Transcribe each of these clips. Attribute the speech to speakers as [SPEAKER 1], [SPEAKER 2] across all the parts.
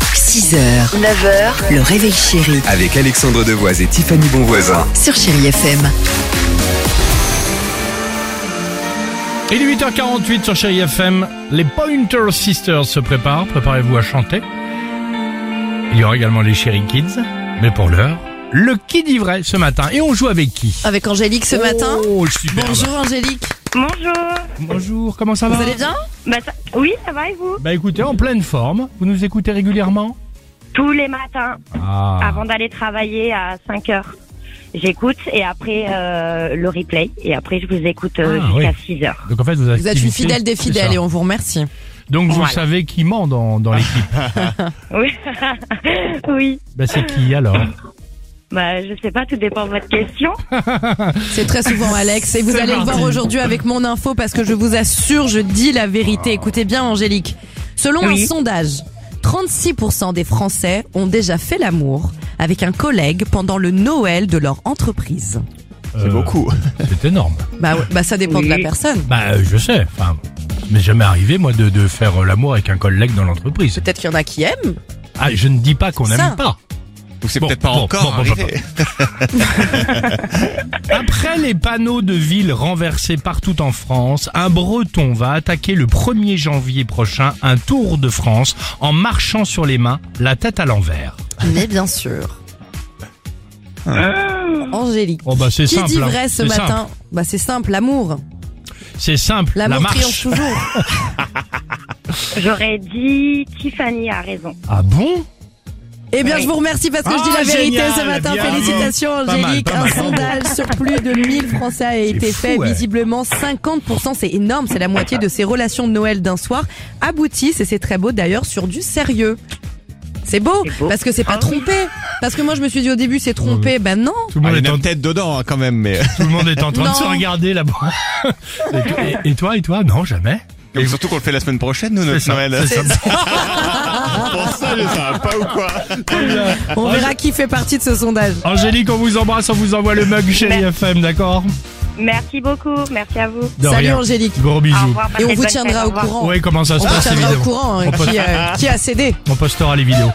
[SPEAKER 1] 6h, 9h, le réveil chéri
[SPEAKER 2] Avec Alexandre Devoise et Tiffany Bonvoisin.
[SPEAKER 1] sur Chéri FM.
[SPEAKER 3] Il est 8h48 sur Chéri FM. Les Pointer Sisters se préparent. Préparez-vous à chanter. Il y aura également les Chéri Kids. Mais pour l'heure, le Kid Ivray ce matin. Et on joue avec qui
[SPEAKER 4] Avec Angélique ce matin.
[SPEAKER 3] Oh, le superbe.
[SPEAKER 4] Bonjour Angélique,
[SPEAKER 5] Bonjour.
[SPEAKER 3] Bonjour, comment ça va
[SPEAKER 4] vous allez bien
[SPEAKER 5] Bah, ça- Oui, ça va et vous
[SPEAKER 3] Bah écoutez, en pleine forme. Vous nous écoutez régulièrement
[SPEAKER 5] Tous les matins,
[SPEAKER 3] Ah.
[SPEAKER 5] avant d'aller travailler à 5 heures, j'écoute et après euh, le replay et après je vous écoute euh,
[SPEAKER 3] Ah,
[SPEAKER 5] jusqu'à
[SPEAKER 3] oui.
[SPEAKER 5] 6 heures.
[SPEAKER 3] Donc en fait, vous,
[SPEAKER 4] Vous êtes une fidèle des fidèles et on vous remercie.
[SPEAKER 3] Donc vous
[SPEAKER 5] Voilà.
[SPEAKER 3] savez qui ment dans, dans l'équipe.
[SPEAKER 5] Oui. oui.
[SPEAKER 3] bah c'est qui alors
[SPEAKER 5] Bah, je sais pas, tout dépend de votre question.
[SPEAKER 4] C'est très souvent Alex et vous
[SPEAKER 3] C'est
[SPEAKER 4] allez le voir
[SPEAKER 3] mardi.
[SPEAKER 4] aujourd'hui avec mon info parce que je vous assure, je dis la vérité. Écoutez bien Angélique. Selon
[SPEAKER 5] Oui.
[SPEAKER 4] un sondage, 36% des Français ont déjà fait l'amour avec un collègue pendant le Noël de leur entreprise.
[SPEAKER 3] C'est beaucoup. Euh, C'est énorme.
[SPEAKER 4] Bah, ouais, bah ça dépend de la
[SPEAKER 5] Oui.
[SPEAKER 4] personne.
[SPEAKER 3] Bah euh, je sais. Enfin, mais jamais arrivé moi de, de faire euh, l'amour avec un collègue dans l'entreprise.
[SPEAKER 4] Peut-être qu'il y en a qui aiment.
[SPEAKER 3] Ah, je ne dis pas qu'on
[SPEAKER 4] Ça.
[SPEAKER 3] n'aime pas.
[SPEAKER 6] Donc c'est
[SPEAKER 3] Bon,
[SPEAKER 6] peut-être pas
[SPEAKER 3] bon,
[SPEAKER 6] encore hein.
[SPEAKER 3] bon, bon,
[SPEAKER 6] arrivé.
[SPEAKER 3] Après les panneaux de villes renversés partout en France, un Breton va attaquer le 1er janvier prochain un Tour de France en marchant sur les mains, la tête à l'envers.
[SPEAKER 4] Mais bien sûr. Angélique.
[SPEAKER 3] Oh bah c'est
[SPEAKER 4] Qui
[SPEAKER 3] simple.
[SPEAKER 4] dit
[SPEAKER 3] hein.
[SPEAKER 4] vrai ce
[SPEAKER 3] C'est
[SPEAKER 4] matin
[SPEAKER 3] simple.
[SPEAKER 4] Bah c'est simple, l'amour.
[SPEAKER 3] C'est simple. La
[SPEAKER 4] L'amour triomphe
[SPEAKER 3] marche.
[SPEAKER 4] toujours.
[SPEAKER 5] J'aurais dit Tiffany a raison.
[SPEAKER 3] Ah bon
[SPEAKER 4] Eh bien, je vous remercie parce que je dis
[SPEAKER 3] Ah,
[SPEAKER 4] la vérité
[SPEAKER 3] génial,
[SPEAKER 4] ce matin.
[SPEAKER 3] bien,
[SPEAKER 4] Félicitations,
[SPEAKER 3] bravo. Pas mal,
[SPEAKER 4] Angélique.
[SPEAKER 3] pas mal,
[SPEAKER 4] un
[SPEAKER 3] bravo.
[SPEAKER 4] sondage sur plus de 1000 Français a été
[SPEAKER 3] fou,
[SPEAKER 4] fait.
[SPEAKER 3] ouais.
[SPEAKER 4] Visiblement, 50%, c'est énorme. C'est la moitié de ces relations de Noël d'un soir aboutissent, et c'est très beau d'ailleurs, sur du sérieux. C'est beau,
[SPEAKER 5] C'est beau.
[SPEAKER 4] parce que c'est pas
[SPEAKER 5] Ah oui.
[SPEAKER 4] trompé. Parce que moi, je me suis dit au début, c'est trompé. Ben non.
[SPEAKER 3] tout le,
[SPEAKER 6] Ah,
[SPEAKER 3] monde
[SPEAKER 6] il y
[SPEAKER 3] est
[SPEAKER 6] a
[SPEAKER 3] en,
[SPEAKER 6] une tête dedans hein, quand même, mais
[SPEAKER 3] tout le monde est en train de
[SPEAKER 4] Non.
[SPEAKER 3] se regarder là-bas. Et, toi- et- et toi, et toi Non, jamais.
[SPEAKER 6] Et surtout qu'on le fait la semaine prochaine, nous,
[SPEAKER 3] C'est
[SPEAKER 6] notre
[SPEAKER 3] ça,
[SPEAKER 6] Noël.
[SPEAKER 3] c'est ça.
[SPEAKER 6] Pour ça, les a pas ou quoi
[SPEAKER 3] Ah,
[SPEAKER 4] On verra qui fait partie de ce sondage.
[SPEAKER 3] Angélique, on vous embrasse, on vous envoie le mug chez
[SPEAKER 5] Merci.
[SPEAKER 3] FM, d'accord
[SPEAKER 5] Merci beaucoup. Merci à vous.
[SPEAKER 3] De
[SPEAKER 4] Salut,
[SPEAKER 3] rien.
[SPEAKER 4] Angélique.
[SPEAKER 3] Gros
[SPEAKER 5] Au
[SPEAKER 3] bisous.
[SPEAKER 5] revoir.
[SPEAKER 4] Et on
[SPEAKER 5] passez
[SPEAKER 4] vous
[SPEAKER 5] de bonnes
[SPEAKER 4] tiendra
[SPEAKER 5] fêtes,
[SPEAKER 4] au
[SPEAKER 5] revoir.
[SPEAKER 4] courant.
[SPEAKER 3] Oui, comment ça se
[SPEAKER 4] On vous
[SPEAKER 3] passe
[SPEAKER 4] tiendra au
[SPEAKER 3] évidemment
[SPEAKER 4] courant hein, qui, euh, qui a cédé.
[SPEAKER 3] On postera les vidéos.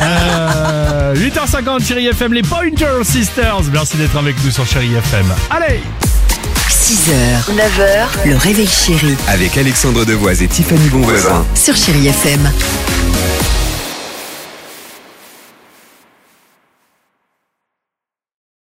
[SPEAKER 3] Euh, 8h50, Chéri FM, les Pointer Sisters. Merci d'être avec nous sur Chéri FM. Allez
[SPEAKER 1] 6h, 9h, le réveil chéri
[SPEAKER 2] Avec Alexandre Devoise et Tiffany Bonvoisin.
[SPEAKER 1] sur Chéri FM.